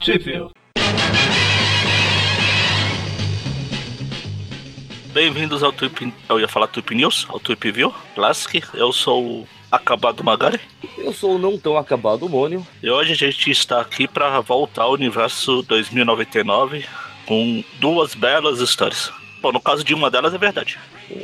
Sheffield. Bem-vindos ao Twip. Eu ia falar Twip News, ao Twip View Classic. Eu sou o Acabado Magari. Eu sou o não tão acabado Mônio. E hoje a gente está aqui para voltar ao universo 2099 com duas belas histórias. Bom, no caso de uma delas é verdade.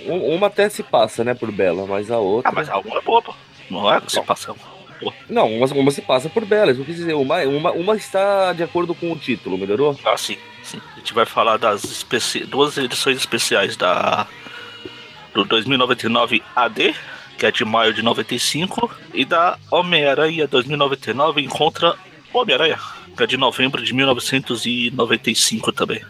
Um- uma até se passa, né, por Bela, mas a outra. Ah, mas alguma é boa, pô. Não é que se passa. Pô. Não, uma, uma se passa por Bela. Isso eu quis dizer, uma, uma, uma está de acordo com o título, melhorou? Ah, sim, sim. A gente vai falar das especi- duas edições especiais da do 2099 AD, que é de maio de 95, e da Homem-Aranha 2099 encontra Homem-Aranha, que é de novembro de 1995 também.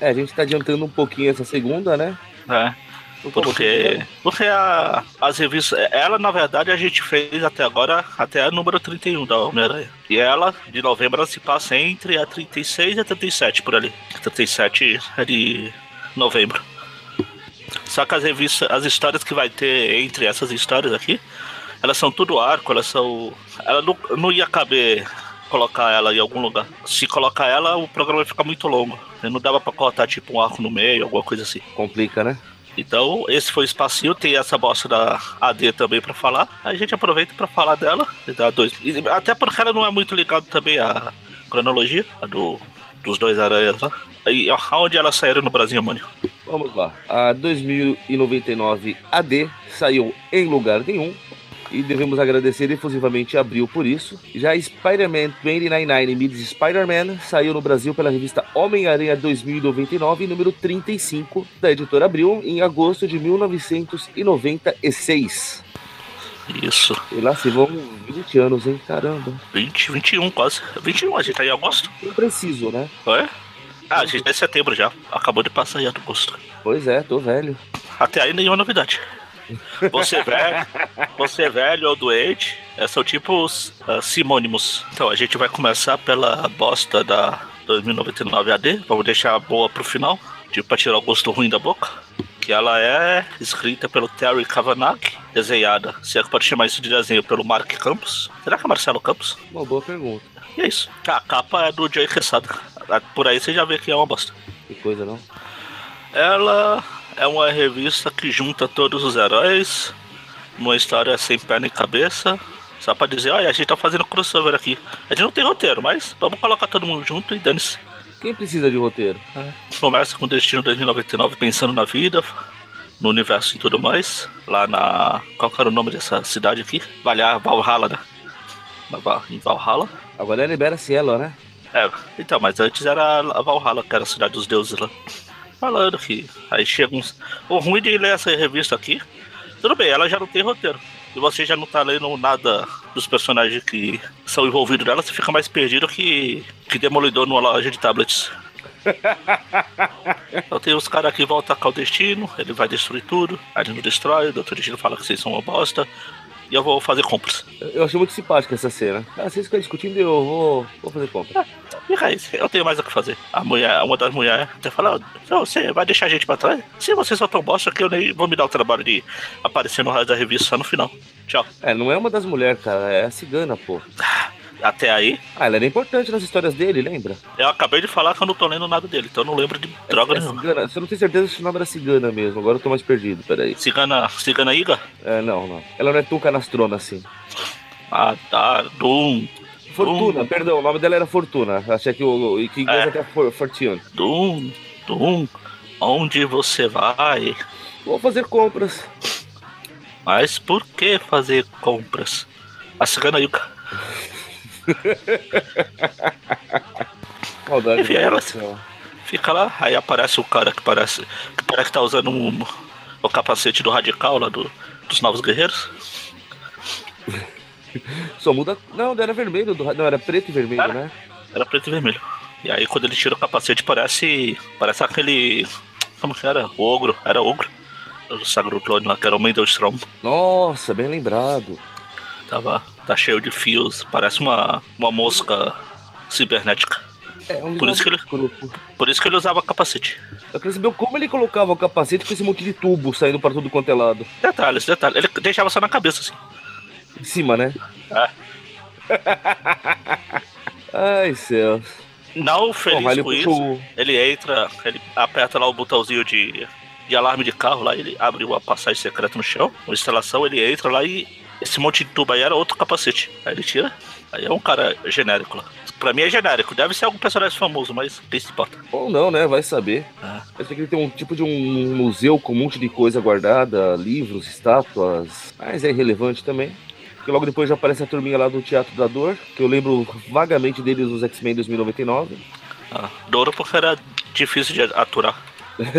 É, a gente tá adiantando um pouquinho essa segunda, né? né? Então, como Porque, porque a, as revistas. é, Ela, na verdade, a gente fez até agora, até a número 31 da Homem-Aranha. E ela, de novembro, ela se passa entre a 36 e a 37 por ali. 37 é de novembro. Só que as revistas, as histórias que vai ter entre essas histórias aqui, elas são tudo arco, elas são. Ela não, não ia caber colocar ela em algum lugar. Se colocar ela, o programa vai ficar muito longo. Não dava pra cortar tipo um arco no meio, alguma coisa assim. Complica, né? Então, esse foi o Espacinho, tem essa bosta da AD também pra falar. A gente aproveita pra falar dela, e dá dois. e Até porque ela não é muito ligada também à cronologia a do, dos dois aranhas lá. E aonde elas saíram no Brasil, mano? Vamos lá. A 2099 AD saiu em lugar nenhum. E devemos agradecer efusivamente a Abril por isso. Já Spider-Man 2099 Meets Spider-Man saiu no Brasil pela revista Homem-Aranha 2099, número 35, da editora Abril, em agosto de 1996. Isso, E lá se vão 20 anos, hein? Caramba. 20, 21 quase. 21, a gente tá em agosto, Não preciso, né? não é? Ah, a gente tá em setembro já, acabou de passar já do agosto. Pois é, tô velho. Até aí nenhuma novidade. Você é velho, você é velho ou doente, é, são tipo os, ah, simônimos. Então a gente vai começar pela bosta da 2099 AD, vamos deixar a boa pro final, tipo pra tirar o gosto ruim da boca. Que ela é escrita pelo Terry Kavanagh, desenhada, se é que pode chamar isso de desenho, pelo Mark Campos. Será que é Marcelo Campos? Uma boa pergunta. E é isso. A capa é do Joey Quesada. Ah, Por aí você já vê que é uma bosta. Que coisa, não? Ela é uma revista que junta todos os heróis, uma história sem pé nem cabeça, só pra dizer, olha, a gente tá fazendo crossover aqui. A gente não tem roteiro, mas vamos colocar todo mundo junto e dane-se. Quem precisa de roteiro? Começa com Destino 2099 pensando na vida, no universo e tudo mais, lá na... qual que era o nome dessa cidade aqui? Valhalla, Valhalla, né? Na Va- Em Valhalla. Agora libera Cielo, né? É, então, mas antes era a Valhalla, que era a cidade dos deuses lá. Falando que aí chega uns. O ruim de ler essa revista aqui, tudo bem, ela já não tem roteiro. E você já não tá lendo nada dos personagens que são envolvidos nela, você fica mais perdido que, que demolidor numa loja de tablets. então tem os caras que vão atacar o destino, ele vai destruir tudo, aí ele não destrói, o doutor destino fala que vocês são uma bosta, e eu vou fazer compras. Eu achei muito simpática essa cena. Ah, vocês ficam discutindo e eu vou, vou fazer compra. Fica aí, eu tenho mais o que fazer. A mulher, uma das mulheres, até fala, "Não, você vai deixar a gente pra trás? Se vocês só tão bosta que eu nem vou me dar o trabalho de aparecer no raio da revista só no final. Tchau. É, não é uma das mulheres, cara, é a cigana, pô. Até aí, Ah, ela era importante nas histórias dele, lembra? eu acabei de falar que eu não tô lendo nada dele, então eu não lembro de droga é nenhuma. cigana. Você não tem certeza se o nome era cigana mesmo, agora eu tô mais perdido, peraí. Cigana, Cigana Iga? É, não, não. Ela não é tão canastrona assim. Ah, tá, Doom, Fortuna, Hum. perdão, o nome dela era Fortuna. Achei que o e que em inglês É. até for, Fortune. Doom, Doom, onde você vai? Vou fazer compras. Mas por que fazer compras? A Cigana Iga. Maldade. Enfim, ela- coração. Fica lá, aí aparece o cara que parece que, parece que tá usando um- o capacete do radical lá do, dos novos guerreiros. Só muda. Não, era vermelho, do ra- não, era preto e vermelho, Era? né? Era preto e vermelho. E aí quando ele tira o capacete parece. parece aquele. Como que era? O ogro, era ogro. O Sagro Clone lá, que era o Mendelstrom. Nossa, bem lembrado. Tava. tá cheio de fios, parece uma, uma mosca cibernética. É um Por isso que ele- grupo. Por isso que ele usava capacete. Eu percebeu como ele colocava o capacete com esse monte de tubo saindo pra tudo quanto é lado. Detalhes, detalhes. Ele deixava só na cabeça, assim. Em cima, né? Ah. Ai, céus. Não feliz Porra, ele com isso. puxou Ele entra, ele aperta lá o botãozinho de, de alarme de carro lá, ele abre uma passagem secreta no chão, uma instalação, ele entra lá e esse monte de tubo aí era outro capacete. Aí ele tira, aí é um cara genérico lá. Pra mim é genérico, deve ser algum personagem famoso, mas quem se importa? Ou não, né? Vai saber. Ah. Eu sei que ele tem um tipo de um museu com um monte de coisa guardada, livros, estátuas, mas é irrelevante também. Porque logo depois já aparece a turminha lá do Teatro da Dor, que eu lembro vagamente deles nos X-Men 2099. Ah. Douro porque era difícil de aturar.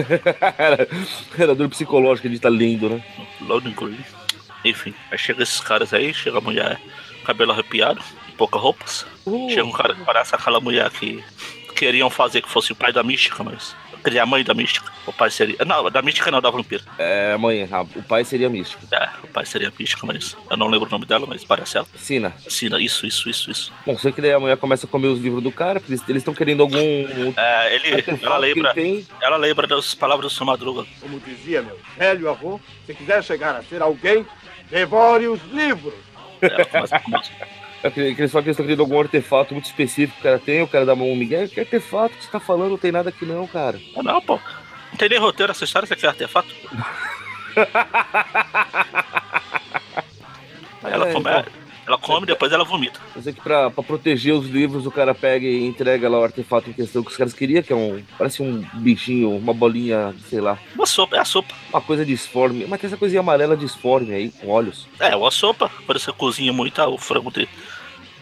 era, era dor psicológica de estar lendo, né? Loading Green. Enfim, aí chega esses caras aí, chega a mulher cabelo arrepiado, poucas roupas. Uh, Chega um cara que parece aquela mulher que queriam fazer que fosse o pai da mística, mas. Quer dizer, a mãe da mística. O pai seria. Não, da mística não, da vampira. É, mãe, a- o pai seria místico. É, o pai seria a mística, mas. Eu não lembro o nome dela, mas parece ela. Sina. Sina, isso, isso, isso, isso. Bom, sei que daí a mulher começa a comer os livros do cara, porque eles estão querendo algum. É, ele. Ela artefato que lembra. ele tem. Ela lembra das palavras do seu madruga. Como dizia meu velho avô, se quiser chegar a ser alguém, devore os livros. É, Ela começa a comer. É que- que eles falam que eles estão querendo algum artefato muito específico que o cara tem, o cara dá mão Miguel. Que artefato que você tá falando? Não tem nada aqui não, cara. Ah, Não, pô. Não tem nem roteiro essa história, você quer artefato? Aí ela É, come, então. ela come, depois ela vomita. Eu sei que pra, pra proteger os livros, o cara pega e entrega lá o artefato em questão que os caras queriam, que é um. Parece um bichinho, uma bolinha, sei lá. Uma sopa, é a sopa. Uma coisa disforme. Mas tem essa coisinha amarela disforme aí, com olhos. É, uma sopa. Quando você cozinha muito, ah, o frango de-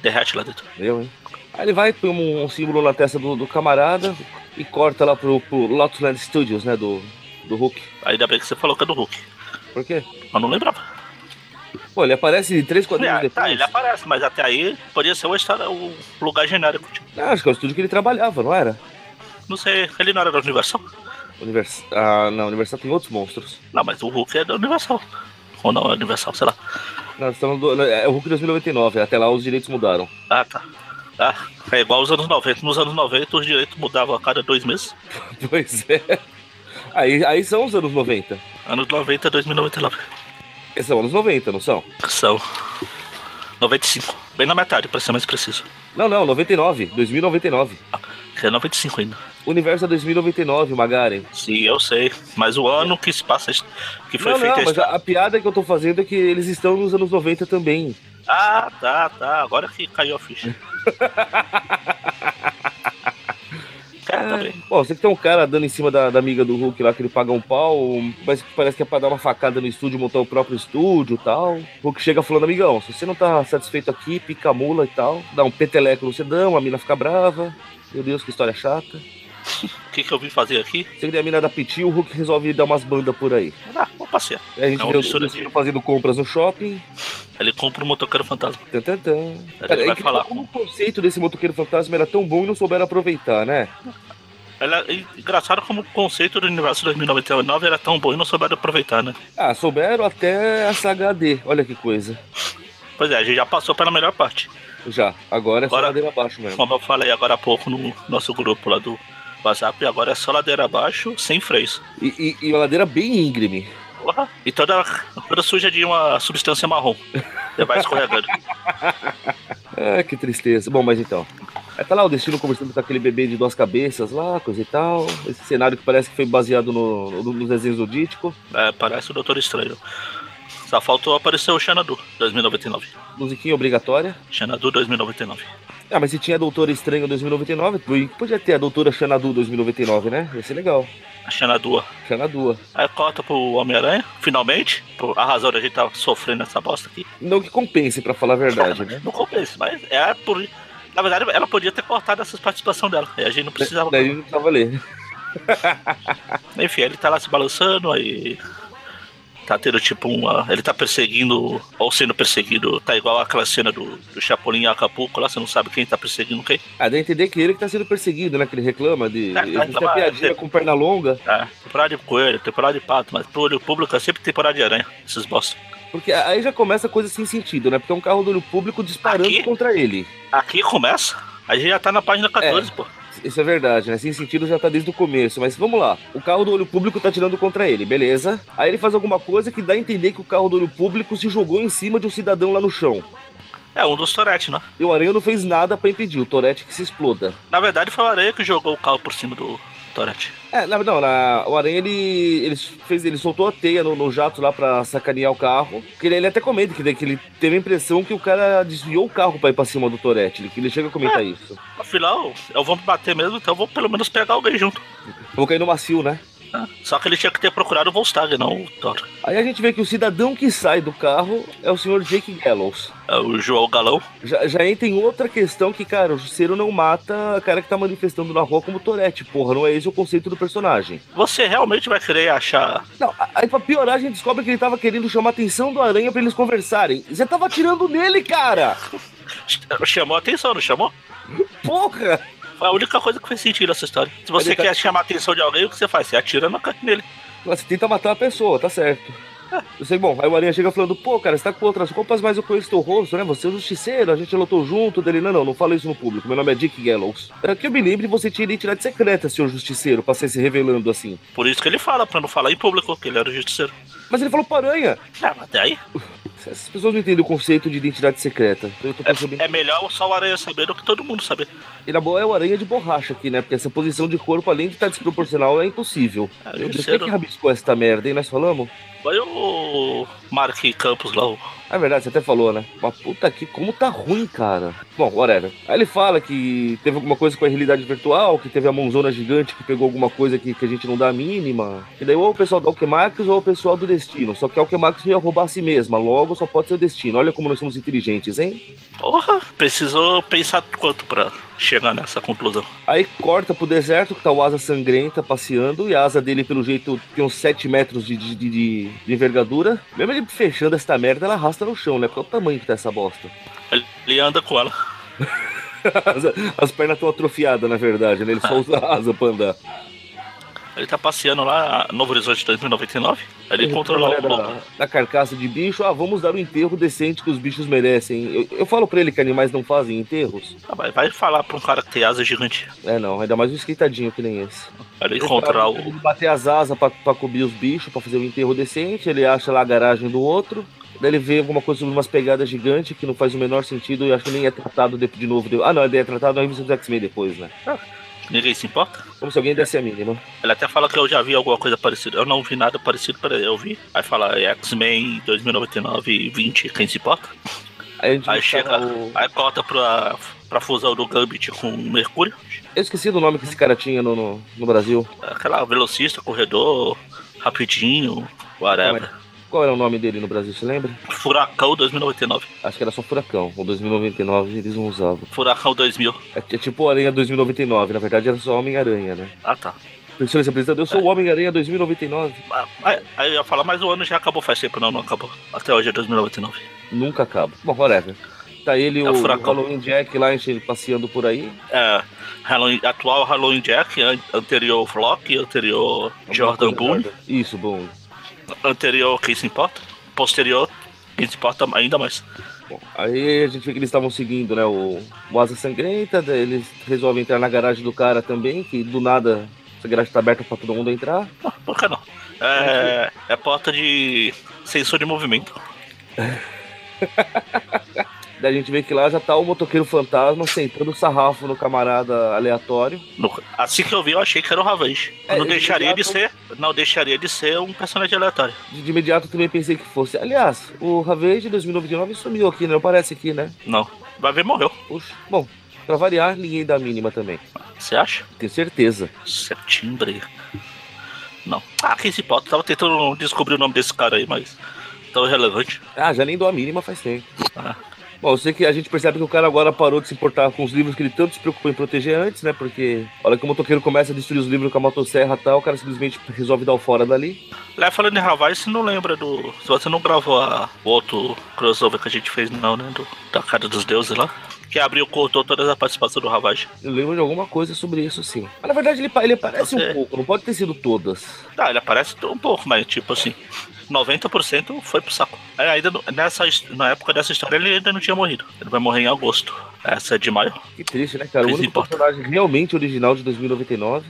derrete lá dentro. Entendeu, hein? Aí ele vai, põe um, um símbolo na testa do, do camarada e corta lá pro, pro Lotland Studios, né? Do, do Hulk. Ainda bem que você falou que é do Hulk. Por quê? Eu não lembrava. Pô, ele aparece três quadrinhos É, depois. tá, ele aparece, mas até aí podia ser uma história, um lugar genérico. tipo, Ah, acho que é o estúdio que ele trabalhava, não era? não sei, ele não era da Universal? Univers... Ah, não, Universal tem outros monstros. Não, mas o Hulk é da Universal. Ou não, é Universal, sei lá. Não, estamos do... É o Hulk 2099, até lá os direitos mudaram. Ah, tá. Ah, é igual aos anos 90. Nos anos 90, os direitos mudavam a cada dois meses. Pois é. Aí, aí são os anos 90. Anos 90, 2099. Esses são anos 90, não são? São 95. Bem na metade, pra ser mais preciso. Não, não, 99, 2099. Que é 95 ainda. Universo é 2099, Magaren. Sim, eu sei. Mas o ano que se passa, que foi Não, feito não, a mas a, a piada que eu tô fazendo é que eles estão nos anos 90 também. Ah, tá, tá. Agora que caiu a ficha. é, tá bem. Bom, você que tem um cara dando em cima da, da amiga do Hulk lá que ele paga um pau, mas que parece que é pra dar uma facada no estúdio, montar o próprio estúdio e tal. O Hulk chega falando, amigão, se você não tá satisfeito aqui, pica a mula e tal. Dá um peteleco no sedão, a mina fica brava. Meu Deus, que história chata. O que, que eu vim fazer aqui? Você que daí a mina dá piti, o Hulk resolve dar umas bandas por aí. Ah, vou passear. Aí a gente É uma vê o mistura Hulk de- fazendo compras no shopping. Ele compra um motoqueiro fantasma. Tan, tan, tan. Ele Cara, é vai incrível falar. como o conceito desse motoqueiro fantasma era tão bom e não souberam aproveitar, né? Ela, é engraçado como o conceito do universo 2099 era tão bom e não souberam aproveitar, né? Ah, souberam até a saga AD. Olha que coisa. Pois é, a gente já passou pela melhor parte. Já, agora é só Agora- ladeira abaixo mesmo. Como eu falei agora há pouco no nosso grupo lá do WhatsApp, agora é só ladeira abaixo, sem freios. E, e, e uma ladeira bem íngreme. Porra. E toda, toda suja de uma substância marrom. Você vai escorregando. Ah, que tristeza. Bom, mas então. Aí tá lá o Destino conversando com aquele bebê de duas cabeças lá, coisa e tal. Esse cenário que parece que foi baseado no, no, nos desenhos do Dítico. É, parece o Doutor Estranho. Só faltou aparecer o Xanadu, 2099. Musiquinha obrigatória. Xanadu 2099. Ah, mas se tinha a Doutora Estranha 2099, po- podia ter a Doutora Xanadu 2099, né? Ia ser legal. A Xanadua. Xanadua. Aí corta pro Homem-Aranha, finalmente. Por a razão da gente tá sofrendo essa bosta aqui. Não que compense, pra falar a verdade, né? Não compensa, mas é por. Na verdade, ela podia ter cortado essas participação dela. E a gente não precisava. Daí não precisava ler. Enfim, ele tá lá se balançando, aí. Tá tendo tipo uma. Ele tá perseguindo, ou sendo perseguido. Tá igual aquela cena do, do Chapolin em Acapulco lá, você não sabe quem tá perseguindo quem. Ah, dá a entender que ele que tá sendo perseguido, né? Que ele reclama de. Tá, tá, Ele tem tá, piadinha tá. com perna longa. Tá? Temporada de coelho, temporada de pato, mas pro olho público é sempre temporada de aranha, esses bosta. Porque aí já começa coisa sem sentido, né? Porque é um carro do olho público disparando Aqui? contra ele. Aqui começa. A gente já tá na página 14, pô. Isso é verdade, né? Sem sentido já tá desde o começo. Mas vamos lá. O carro do olho público tá tirando contra ele, beleza? Aí ele faz alguma coisa que dá a entender que o carro do olho público se jogou em cima de um cidadão lá no chão. É um dos Toretti, né? E o Aranha não fez nada pra impedir o Toretti que se exploda. Na verdade, foi o Aranha que jogou o carro por cima do Toretti. É, na- não, na- o Aranha ele, ele, fez, ele soltou a teia no, no jato lá pra sacanear o carro. Que ele, ele até comenta que, que ele teve a impressão que o cara desviou o carro pra ir pra cima do Toretti. Ele, que ele chega a comentar isso. Afinal, eu vou me bater mesmo, então eu vou pelo menos pegar alguém junto. Vou cair no macio, né? né? Só que ele tinha que ter procurado o Volstag, não o Thor. Aí a gente vê que o cidadão que sai do carro é o senhor Jake Gallows. É o João Galão. Já, já entra em outra questão que, cara, o Justiceiro não mata a cara que tá manifestando na rua como Toretti, porra, não é esse o conceito do personagem. Você realmente vai querer achar. Não, a- aí pra piorar a gente descobre que ele tava querendo chamar a atenção do Aranha pra eles conversarem. Você tava atirando nele, cara! Ch- Chamou a atenção, não chamou? Porra! Foi a única coisa que fez sentido nessa história. Se você Ele tá- quer chamar a atenção de alguém, o que você faz? Você atira na cara nele. Você tenta matar a pessoa, tá certo. Eu sei, bom, aí o Aranha chega falando, pô, cara, você tá com outras roupas, mas eu conheço teu rosto, né? Você é um justiceiro, a gente lutou junto dele. Não, não, não fala isso no público. Meu nome é Dick Gallows. É que eu me lembre, você tinha identidade secreta, senhor justiceiro, pra sair se revelando assim. Por isso que ele fala, pra não falar em público, que ele era o justiceiro. Mas ele falou pro Aranha. Ah, mas daí Essas pessoas não entendem o conceito de identidade secreta. Eu tô percebendo. é melhor só o Aranha saber do que todo mundo saber. E na boa é o aranha de borracha aqui, né? Porque essa posição de corpo, além de estar desproporcional, é impossível. É, Eu deve disse ser, que né? rabiscou esta merda, hein? Nós falamos? Foi o Mark Campos lá, o É verdade, você até falou, né? Mas puta que como tá ruim, cara. Bom, whatever. Aí ele fala que teve alguma coisa com a realidade virtual, que teve a mãozona gigante que pegou alguma coisa que, que a gente não dá a mínima. E daí ou é o pessoal do Alquemax ou é o pessoal do Destino. Só que a Alquemax ia roubar a si mesma, logo só pode ser o Destino. Olha como nós somos inteligentes, hein? Porra, precisou pensar quanto pra chegar nessa conclusão. Aí corta pro deserto, que tá o Asa Sangrenta passeando, e a asa dele, pelo jeito, tem uns 7 metros de, de, de- de envergadura. Mesmo ele fechando essa merda, ela arrasta no chão, né? Porque olha o tamanho que tá essa bosta. Ele- Ele anda com ela. As, as pernas estão atrofiadas, na verdade, né? Ele só usa a asa pra andar. Ele tá passeando lá, Novo Horizonte 2099. Ele encontrou lá o na, na carcaça de bicho, ah, vamos dar um enterro decente que os bichos merecem. Eu, eu falo pra ele que animais não fazem enterros. Ah, vai- Vai falar pra um cara que tem asa gigante. É, não, ainda mais um esquentadinho que nem esse. Ele encontra o. Ele bater as asas pra, pra cobrir os bichos, pra fazer um enterro decente. Ele acha lá a garagem do outro. Daí ele vê alguma coisa sobre umas pegadas gigantes que não faz o menor sentido e acho que nem é tratado de, de novo. Ah, não, ele é tratado na revista do X-Men depois, né? Ninguém se importa. Como se alguém desse a mínima. Ele até fala que eu já vi alguma coisa parecida. Eu não vi nada parecido, peraí, eu vi. Aí fala é X-Men 2099 20, quem se importa? Aí a gente Aí tá chega, no- aí corta pra, pra fusão do Gambit com o Mercúrio. Eu esqueci do nome que esse cara tinha no, no, no Brasil. Aquela velocista, corredor, rapidinho, whatever. Qual era o nome dele no Brasil, você lembra? Furacão 2099. Acho que era só um Furacão. O 2099 eles não usavam. Furacão 2000. É, é tipo Aranha 2099. Na verdade era só Homem-Aranha, né? Ah, tá. Pessoal, esse apresentador, eu sou o Homem-Aranha 2099. Ah, Aí, aí eu ia falar, mas o ano já acabou faz tempo. Não, não acabou. Até hoje é 2099. Nunca acaba. Bom, whatever. Tá ele, É o, o o furacão. Halloween Jack lá enche- passeando por aí. É, Halloween, atual Halloween Jack, an- anterior Flock, anterior Jordan Alguma coisa Boone, errada. Isso, Boone. anterior Quem Se Importa, posterior Quem Se Importa ainda mais. Bom, aí a gente vê que eles estavam seguindo, né? O, o Asa Sangrenta, daí eles resolvem entrar na garagem do cara também, que do nada essa garagem tá aberta pra todo mundo entrar. Ah, por que não? É, é porta de sensor de movimento. Daí a gente vê que lá já tá o motoqueiro fantasma sentando o sarrafo no camarada aleatório. No- assim que eu vi, eu achei que era o Ravage. Eu É, não ele deixaria de já ser, não deixaria de ser um personagem aleatório. De, de imediato também pensei que fosse. Aliás, o Ravage 2099 sumiu aqui, né? Aparece aqui, né? Não. Vai ver, morreu. Puxa. Bom, pra variar, ninguém dá a mínima também. Você acha? Tenho certeza. Septimbre. Não. Ah, quem se importa? Tava tentando descobrir o nome desse cara aí, mas. Tão relevante. Ah, já nem dou a mínima faz tempo. Ah. Bom, eu sei que a gente percebe que o cara agora parou de se importar com os livros que ele tanto se preocupou em proteger antes, né? Porque a hora que o motoqueiro começa a destruir os livros com a motosserra e tal, o cara simplesmente resolve dar o fora dali. Lá falando em Hawaii, você não lembra do. Se você não gravou a... o outro crossover que a gente fez, não, né? Do... Da Cara dos Deuses lá. Que abriu, cortou todas as participações do Ravage. Eu lembro de alguma coisa sobre isso, sim. Mas na verdade ele, pa- ele aparece você. um pouco, não pode ter sido todas. Ah, ele aparece um pouco, mas tipo assim. 90% foi pro saco. Aí Ainda no- nessa, his- na época dessa história ele ainda não tinha morrido. Ele vai morrer em agosto. Essa é de maio. Que triste, né, cara? O Pois único importa. personagem realmente original de 2099.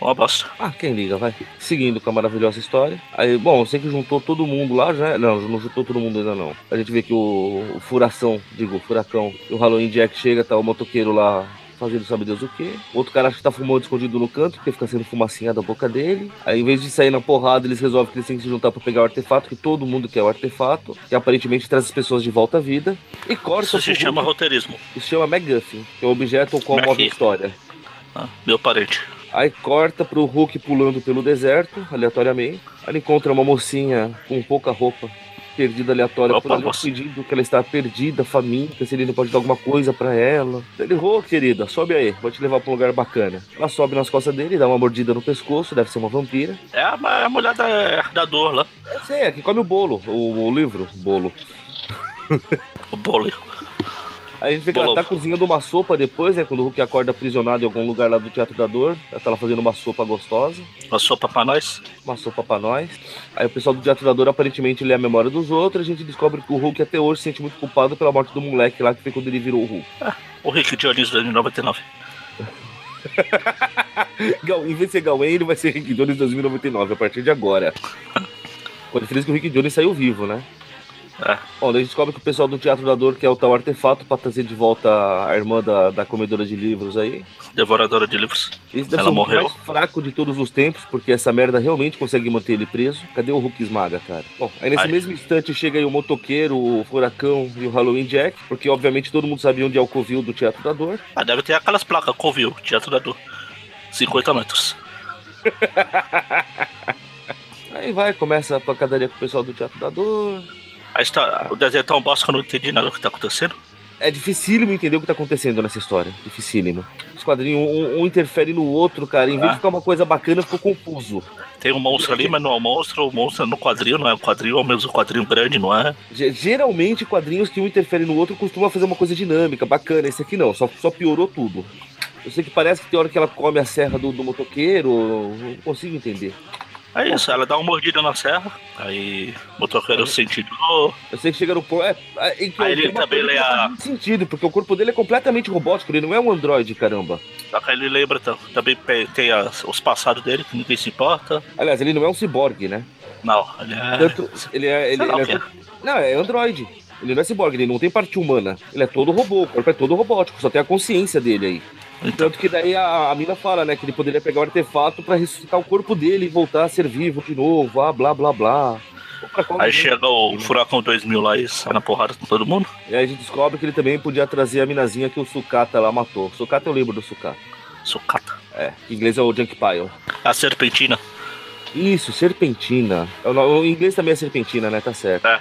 Uma bosta. Ah, quem liga, vai. Seguindo com a maravilhosa história. Aí, bom, eu sei que juntou todo mundo lá já. é- Não, não juntou todo mundo ainda não. A gente vê que o, o furação, digo, o furacão, o Halloween Jack chega, tá o motoqueiro lá fazendo sabe Deus o quê. Outro cara acha que tá fumando escondido no canto, porque fica sendo fumacinha da boca dele. Aí, em vez de sair na porrada, eles resolvem que eles têm que se juntar pra pegar o artefato, que todo mundo quer o artefato, que aparentemente traz as pessoas de volta à vida. E corta Isso o se chama roteirismo. Isso se chama MacGuffin, que é o objeto ao qual move a MacGuffin. história. Ah, meu parente. Aí corta pro Hulk pulando pelo deserto, aleatoriamente. Aí ele encontra uma mocinha com pouca roupa, perdida aleatória Opa, por ali, moça. pedindo que ela está perdida, faminta, se ele não pode dar alguma coisa pra ela. Ele, ô querida, sobe aí, vou te levar pra um lugar bacana. Ela sobe nas costas dele, dá uma mordida no pescoço, deve ser uma vampira. É a, a mulher da, da dor lá. Eu sei, é que come o bolo, o, o livro, bolo. O bolo. Aí a gente vê que ela Bolo. tá cozinhando uma sopa depois, né? Quando o Hulk acorda aprisionado em algum lugar lá do Teatro da Dor. Ela tá lá fazendo uma sopa gostosa. Uma sopa pra nós. uma sopa pra nós. Aí o pessoal do Teatro da Dor aparentemente lê a memória dos outros. A gente descobre que o Hulk até hoje se sente muito culpado pela morte do moleque lá que foi quando ele virou o Hulk. O Rick Dionísio 2099. Gal- em vez de ser Gawain, ele vai ser Rick Jones 2099, a partir de agora. Com a diferença que o Rick Jones saiu vivo, né? É. Bom, daí a gente descobre que o pessoal do Teatro da Dor quer o tal artefato pra trazer de volta a irmã da, da comedora de livros aí. Devoradora de livros. Esse deve Ela ser o Hulk morreu. mais fraco de todos os tempos, porque essa merda realmente consegue manter ele preso. Cadê o Hulk esmaga, cara? Bom, aí nesse Ai. mesmo instante chega aí o motoqueiro, o furacão e o Halloween Jack, porque obviamente todo mundo sabia onde é o covil do Teatro da Dor. Ah, deve ter aquelas placas, Covil, Teatro da Dor. 50 metros. Aí vai, começa a pancadaria com o pessoal do Teatro da Dor. A história, o desenho é tão bosta que eu não entendi nada do que tá acontecendo. É dificílimo entender o que tá acontecendo nessa história. Dificílimo. Os quadrinhos, um, um interfere no outro, cara. Em vez Ah. de ficar uma coisa bacana, ficou confuso. Tem um monstro ali, mas não é um monstro. O monstro é no quadril, não é um quadril, é o mesmo quadrinho grande, não é? Ge- Geralmente, quadrinhos que um interfere no outro costuma fazer uma coisa dinâmica, bacana. Esse aqui não, só, só piorou tudo. Eu sei que parece que tem hora que ela come a serra do, do motoqueiro, eu não consigo entender. É isso, ela dá uma mordida na serra, aí o motoqueiro sente dor. Eu sei que chega no ponto. É, é, em que Aí ele tem uma também coisa que lê não a- faz muito sentido, porque o corpo dele é completamente robótico, ele não é um androide, caramba. Só que aí ele lembra tam- também pe- tem as- os passados dele, que ninguém se importa. Aliás, ele não é um ciborgue, né? Não, ele é. Tanto, ele é. Ele, Sei lá ele o que é não, é androide. Ele não é ciborgue, ele não tem parte humana. Ele é todo robô, o corpo é todo robótico, só tem a consciência dele aí. Então, Tanto que daí a, a mina fala, né, que ele poderia pegar o artefato pra ressuscitar o corpo dele e voltar a ser vivo de novo, ah, blá, blá, blá. Ou pra qual aí lugar? chega o Furacão 2000 lá e sai na porrada com todo mundo. E aí a gente descobre que ele também podia trazer a minazinha que o sucata lá matou. Sucata eu lembro do sucata. Sucata. É, que em inglês é o Junk Pile. A serpentina. Isso, serpentina. É o nome- Em inglês também é serpentina, né? Tá certo. É.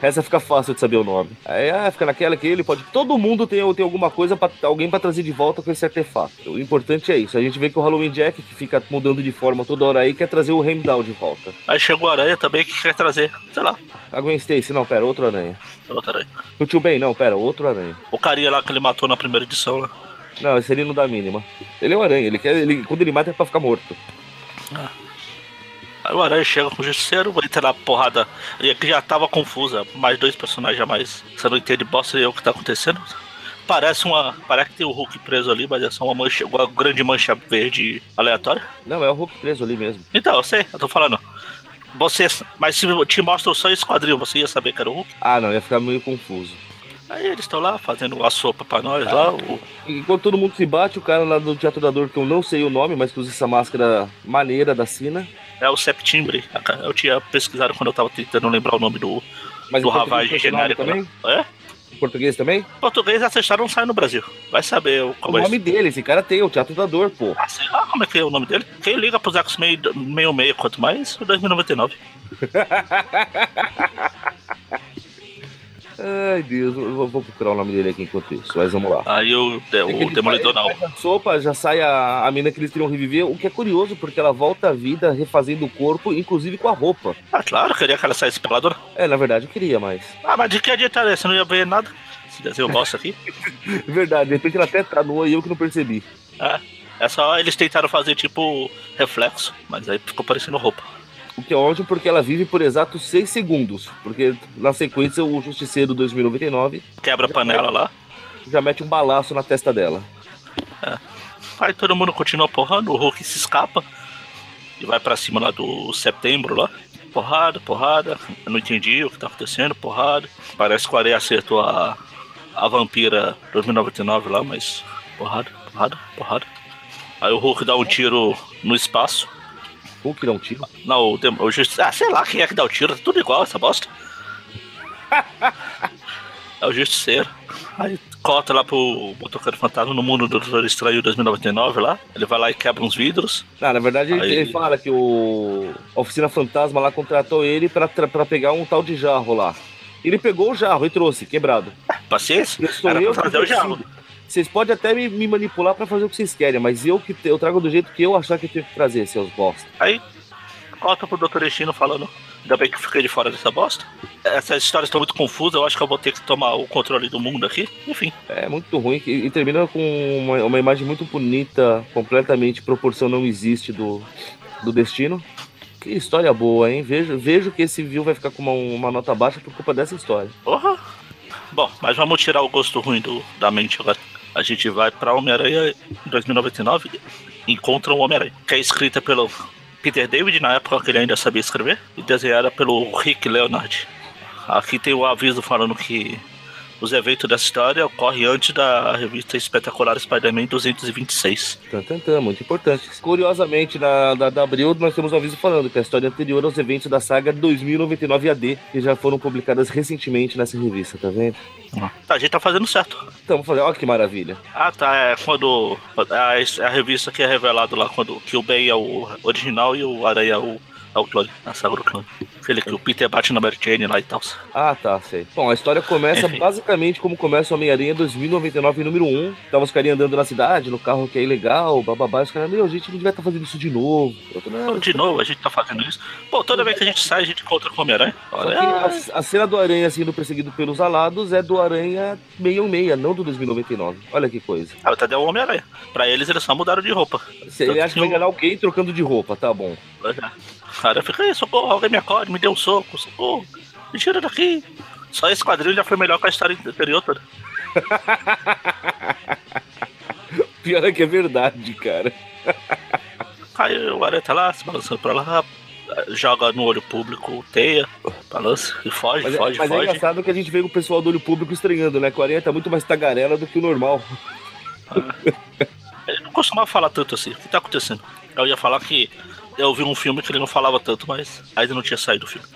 Essa fica fácil de saber o nome. Aí ah, fica naquela que ele pode. Todo mundo tem, tem alguma coisa para alguém pra trazer de volta com esse artefato. O importante é isso. A gente vê que o Halloween Jack, que fica mudando de forma toda hora aí, quer trazer o Heimdall de volta. Aí chegou a aranha também que quer trazer, sei lá, A Gwen Stacy, não, pera, outro aranha. outra aranha. O Tio Ben, não, pera, outro aranha. O carinha lá que ele matou na primeira edição né? lá. Não, esse ele não dá a mínima. Ele é um aranha, ele quer. Ele, quando ele mata é pra ficar morto. Aí o Aranha chega com o Justiceiro, entra na porrada. E aqui já tava confusa, mais dois personagens a mais. Você não entende bosta nenhuma o que tá acontecendo? Parece uma. Parece que tem o Hulk preso ali, mas é só uma mancha, uma grande mancha verde aleatória. Não, é o Hulk preso ali mesmo. Então, eu sei, eu tô falando. Você, mas se eu te mostram só esse quadril, você ia saber que era o Hulk. Ah, não, ia ficar meio confuso. Aí eles estão lá fazendo a sopa pra nós Ah. lá. O, Enquanto todo mundo se bate, o cara lá do Teatro da Dor, que eu não sei o nome, mas que usa essa máscara maneira da Sina. é o Septimbre. Eu tinha pesquisado quando eu tava tentando lembrar o nome do, Mas do em português Ravage tem esse nome genérico. lá. também? É? Em português também? Português essa história não sai no Brasil. Vai saber o- como o é nome isso. dele, esse cara tem, o Teatro da Dor, pô. Ah, sei lá como é que é o nome dele. Quem liga pros X-Men 66, quanto mais, o 2099. Ai, Deus, eu vou, vou procurar o nome dele aqui enquanto isso, mas vamos lá. Aí o, de- É que o ele Demolidor faz- não. ele faz a sopa, já sai a, a mina que eles queriam reviver, o que é curioso, porque ela volta à vida refazendo o corpo, inclusive com a roupa. Ah, claro, eu queria que ela saísse peladora. É, na verdade, eu queria, mas. Ah, mas de que adianta né? Você não ia ver nada. Esse desenho bosta aqui. Verdade, de repente ela até tá nua e eu que não percebi. Ah, é só eles tentaram fazer tipo reflexo, mas aí ficou parecendo roupa. O que é ótimo porque ela vive por exatos 6 segundos. Porque na sequência o Justiceiro 2099 Quebra a panela lá. já mete um balaço na testa dela. Aí todo mundo continua porrando, o Hulk se escapa e vai pra cima lá do setembro lá. Porrada, porrada. Eu não entendi o que tá acontecendo, porrada. Parece que o Areia acertou a, a vampira 2099 lá, mas porrada, porrada, porrada. Aí o Hulk dá um tiro no espaço. Hulk dá um tiro. Não, o, Dem- o Justiça. Ah, sei lá quem é que dá o tiro, tá tudo igual essa bosta. é o Justiceiro. Aí corta lá pro Motoqueiro Fantasma no mundo do Doutor Estranho 2099 lá. Ele vai lá e quebra uns vidros. Não, Ah, na verdade, ele, Aí- ele fala que o a Oficina Fantasma lá contratou ele pra, tra- pra pegar um tal de jarro lá. Ele pegou o jarro e trouxe, quebrado. Paciência? Eu sou Era pra eu que fazer o decido. diabo. Vocês podem até me, me manipular pra fazer o que vocês querem, mas eu que te- eu trago do jeito que eu achar que eu tenho que trazer, seus bosta. Aí corta pro Doutor Destino falando. Ainda bem que eu fiquei de fora dessa bosta. Essas histórias estão muito confusas, eu acho que eu vou ter que tomar o controle do mundo aqui. Enfim. É muito ruim que- e, termina com uma, uma imagem muito bonita, completamente proporção não existe do, do destino. Que história boa, hein? Vejo, vejo que esse view vai ficar com uma, uma nota baixa por culpa dessa história. Porra! Bom, mas vamos tirar o gosto ruim do- da mente agora. A gente vai pra Homem-Aranha em 2099 e encontra o Homem-Aranha, que é escrita pelo Peter David, na época que ele ainda sabia escrever, e desenhada pelo Rick Leonard. Aqui tem o aviso falando que os eventos dessa história ocorrem antes da revista espetacular Spider-Man 226. Tantantã, muito importante. Curiosamente, na da, da Abril, nós temos um aviso falando que a história é anterior aos eventos da saga 2099 AD, que já foram publicadas recentemente nessa revista, tá vendo? Tá, a gente tá fazendo certo. Então, vamos fazer, olha que maravilha. Ah, tá, é quando a, a revista que é revelado lá, quando que o Ben é o original e o Aranha é o, é o clone, a saga do clone. Aquele que o Peter bate na Mary Jane lá e tal. Ah, tá, sei. Bom, a história começa Enfim. basicamente como começa o Homem-Aranha 2099, número 1. Tava os carinhas andando na cidade, no carro que é ilegal, bababá. Os caras, meu, a gente não devia estar fazendo isso de novo. Eu tô, não, De novo, a gente tá fazendo isso. Pô, toda vez que a gente sai, a gente encontra com o Homem-Aranha. Só Olha, ah, que a, a cena do Aranha sendo perseguido pelos alados é do Aranha 616, não do 2099. Olha que coisa. ah, tá deu o Homem-Aranha. Pra eles, eles só mudaram de roupa. Se Ele acha que vai enganar alguém trocando de roupa, tá bom. O cara fica, "Ei, socorro, alguém me acorde, me deu um soco, socorro, me tira daqui. Só esse quadrinho já foi melhor que a história anterior toda. Pior é que é verdade, cara. Aí o Aranha tá lá, se balançando pra lá, joga no olho público teia, balança e foge, Mas, é- foge, mas é foge. engraçado que a gente vê o pessoal do olho público estranhando, né? Que o Aranha tá muito mais tagarela do que o normal. Ele não costumava falar tanto assim. O que tá acontecendo? Eu ia falar que eu vi um filme que ele não falava tanto, mas ainda não tinha saído do filme.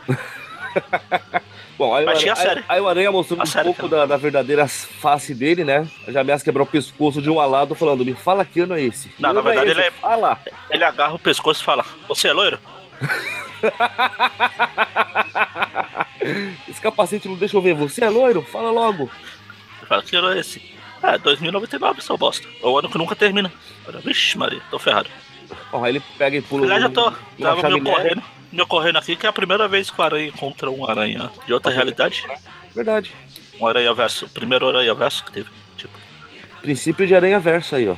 Bom, aí, o Mas tinha Aranha, aí- série. aí o Aranha mostrando A um série pouco da, da verdadeira face dele, né? Já ameaça quebrar o pescoço de um alado falando, me fala que ano é esse. Que Não, na ano verdade, esse? Ah ele é- Fala! Ele agarra o pescoço e fala: Você é loiro? Esse capacete não deixa eu ver. Você é loiro? Fala logo. Ele fala: Que loiro é esse? É, 2099, seu bosta. É o ano que nunca termina. Eu falei, Vixe, Maria, tô ferrado. Bom, aí ele pega e pula. Aliás, eu num- tô. numa Tava me chaminé. ocorrendo, me ocorrendo aqui que é a primeira vez que o aranha encontra um aranha de outra realidade. Verdade. Um aranha verso. O primeiro aranha verso que teve. Tipo, Princípio de aranha verso aí, ó.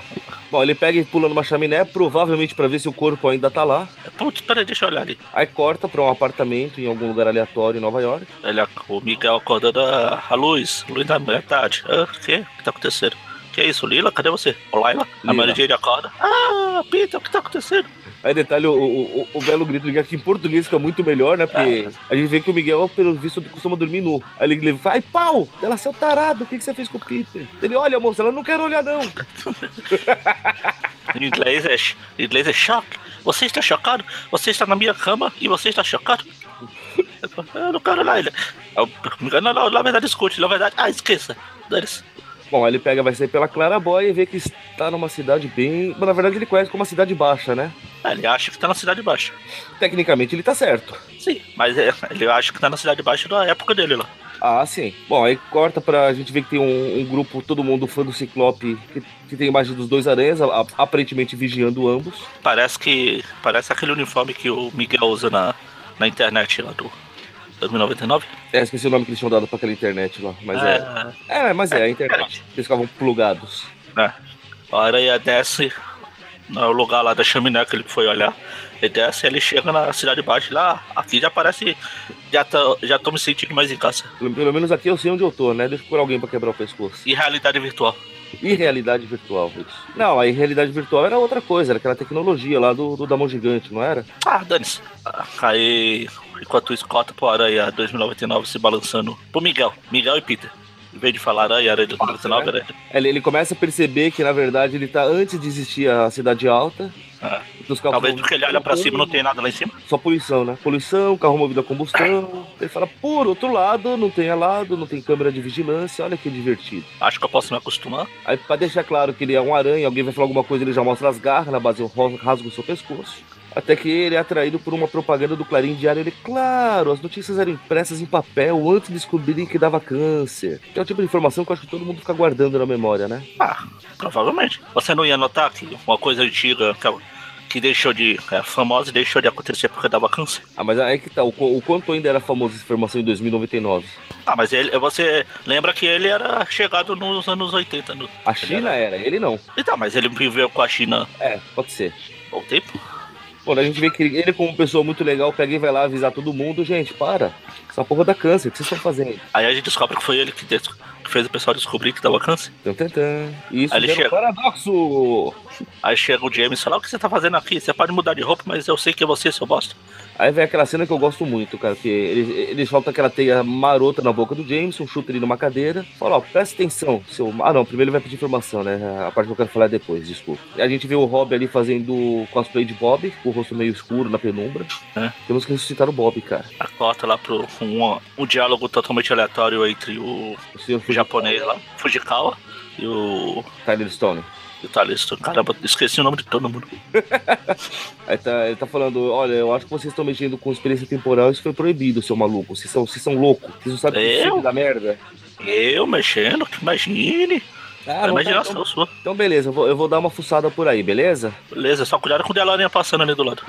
Bom, ele pega e pula numa chaminé, provavelmente pra ver se o corpo ainda tá lá. putz, peraí, deixa eu olhar ali. Aí corta pra um apartamento em algum lugar aleatório em Nova York. Ele, o Miguel acordando ah, a, a luz, luz da metade. Ah, o quê? O que tá acontecendo? Que é isso, Lila? Cadê você? Ô, Laila? A Lila. Mary Jane acorda. Ah, Peter, o que tá acontecendo? Aí detalhe, o, o, o- o belo grito do Miguel, que em português fica muito melhor, né? Porque a gente vê que o Miguel, pelo visto, costuma dormir nu. Aí ele leva, ai pau, ela seu tarado, o que, que você fez com o Peter? Ele, olha moça, ela não quer olhar não. Em inglês é, ch- em inglês é choque. Você está chocado? Você está na minha cama e você está chocado? Eu falo, Eu não quero Laila. Aí o Miguel, Não, não, na verdade, escute, na verdade. Ah, esqueça. Dane-se. Bom, aí ele pega, vai sair pela Claraboia e vê que está numa cidade bem... Bom, na verdade ele conhece como uma cidade baixa, né? Ah, Ele acha que tá na Cidade Baixa. Tecnicamente ele tá certo. Sim, mas é, ele acha que tá na Cidade Baixa da época dele lá. Ah, sim. Bom, aí corta pra gente ver que tem um, um grupo, todo mundo fã do Ciclope, que, que tem imagem dos dois aranhas, a- aparentemente vigiando ambos. Parece que. Parece aquele uniforme que o Miguel usa na, na internet lá do 2099. É, esqueci o nome que eles tinham dado pra aquela internet lá, mas é. Ah, É, mas é, a internet. Eles ficavam plugados. né? A aranha desce no lugar lá da chaminé que ele foi olhar. Ele desce ele chega na cidade baixa lá. Aqui já parece. Já tô, já tô me sentindo mais em casa. Pelo pelo menos aqui eu sei onde eu tô, né? Deixa eu procurar alguém pra quebrar o pescoço. E realidade virtual. E realidade virtual, Ruth? Não, a realidade virtual era outra coisa, era aquela tecnologia lá do, do Damão Gigante, não era? Ah, dane-se. Ah, Aí, enquanto isso, corta pro Aranha 2099 se balançando pro Miguel. Miguel e Peter. Em vez de falar Aranha, Aranha 2099, Passa, era Ele, ele começa a perceber que, na verdade, ele tá antes de existir a Cidade Alta. Ah, dos carros talvez movidos porque ele olha pra cima não tem nada lá em cima. Só poluição, né? Poluição, carro movido a combustão. Ele fala, por outro lado, não tem alado, não tem câmera de vigilância, olha que divertido. Acho que eu posso me acostumar. Aí, pra deixar claro que ele é um aranha, alguém vai falar alguma coisa, ele já mostra as garras, na base ro- rasga o seu pescoço. Até que ele é atraído por uma propaganda do Clarim Diário. Ele, claro, as notícias eram impressas em papel antes de descobrirem que dava câncer. Que é o tipo de informação que eu acho que todo mundo fica guardando na memória, né? Ah, provavelmente. Você não ia notar que uma coisa antiga que, que deixou de. É, famosa e deixou de acontecer porque dava câncer. Ah, mas aí que tá, o, qu- o quanto ainda era famoso essa informação em 2099? Ah, mas ele, você lembra que ele era chegado nos anos 80. No, A China era, ele não. então, mas ele viveu com a China É, pode ser. há um tempo. Bom, a gente vê que ele, como pessoa muito legal, pega e vai lá avisar todo mundo, gente, para. Essa porra dá câncer, o que vocês estão fazendo? Aí a gente descobre que foi ele que, des- que fez o pessoal descobrir que dava câncer. Tum, tum, tum. E isso Aí ele gera um chega. paradoxo! Aí chega o James e fala: O que você tá fazendo aqui? Você pode mudar de roupa, mas eu sei que é você, seu bosta. Aí vem aquela cena que eu gosto muito, cara, que eles ele soltam aquela teia marota na boca do Jameson, chuta ele numa cadeira, fala, ó, presta atenção, seu... Ah, não, primeiro ele vai pedir informação, né? A parte que eu quero falar é depois, desculpa. E a gente vê o Rob ali fazendo cosplay de Bob, com o rosto meio escuro na penumbra. É. Temos que ressuscitar o Bob, cara. A cota lá pro um, um diálogo totalmente aleatório entre o O senhor o japonês lá, Fujikawa, e o Tyler Stone. E o Talisto, caramba, esqueci o nome de todo mundo. Aí tá, ele tá falando, olha, eu acho que vocês estão mexendo com experiência temporal, isso foi proibido, seu maluco. Vocês são, vocês são loucos, vocês não sabem o que Eu? é da merda. Eu mexendo, que imagine. Ah, A não tá, imaginação então, sua. então beleza, eu vou, eu vou dar uma fuçada por aí, beleza? Beleza, só cuidado com o Delarinha passando ali do lado.